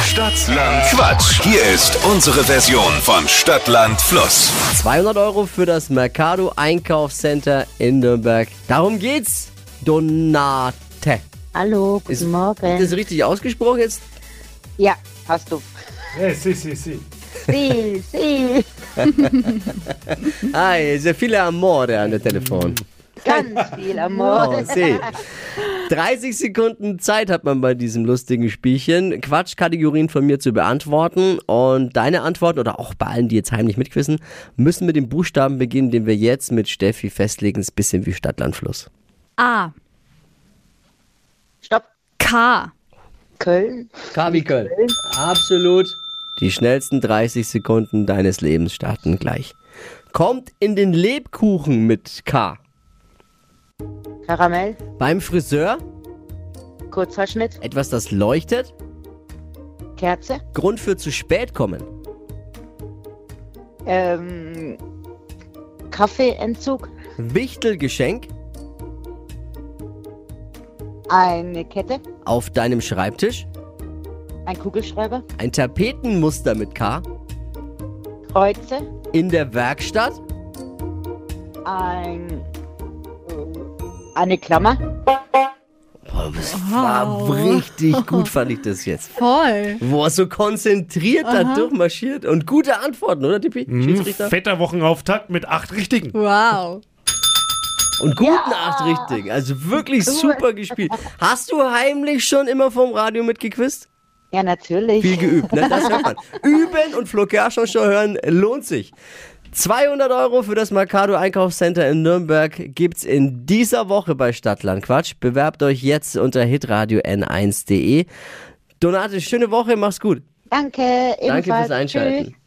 Stadtland Quatsch. Hier ist unsere Version von Stadtland Fluss. 200 Euro für das Mercado Einkaufscenter in Nürnberg. Darum geht's. Donate. Hallo, guten Ist- Morgen. Ist das richtig ausgesprochen jetzt? ja, hast du. Eh, sì, sì, sì. Sie, sie, Hi, sehr viele Amore an der Telefon. ganz viel Amor. Oh, see. 30 Sekunden Zeit hat man bei diesem lustigen Spielchen, Quatschkategorien von mir zu beantworten. Und deine Antworten, oder auch bei allen, die jetzt heimlich mitquissen, müssen mit dem Buchstaben beginnen, den wir jetzt mit Steffi festlegen. Ist ein bisschen wie Stadtlandfluss. A. Stopp, K. Köln. Kavikel. Absolut. Die schnellsten 30 Sekunden deines Lebens starten gleich. Kommt in den Lebkuchen mit K. Karamell, Beim Friseur Kurzhaarschnitt, etwas, das leuchtet. Kerze, Grund für zu spät kommen. ähm, Kaffeeentzug, Wichtelgeschenk eine Kette, auf deinem Schreibtisch. ein Kugelschreiber, Ein Tapetenmuster mit K. Kreuze, In der Werkstatt. ein, äh, eine Klammer, Boah, das war richtig gut, fand ich das jetzt. Voll. Boah, so konzentriert da durchmarschiert. Und gute Antworten, oder, Tippi? Schiedsrichter? Fetter Wochenauftakt mit acht richtigen. Wow. Und guten acht richtig. Also wirklich super gespielt. Hast du heimlich schon immer vom Radio mitgequist? ja natürlich. Viel geübt, ne? Das hört man. Üben und Flo Kerschner Show hören lohnt sich. 200 Euro für das Mercado Einkaufscenter in Nürnberg gibt's in dieser Woche bei Stadtland Quatsch. Bewerbt euch jetzt unter hitradio n1.de. Donate, schöne Woche, mach's gut. Danke, ebenfalls. Danke fürs Tschüss. Einschalten.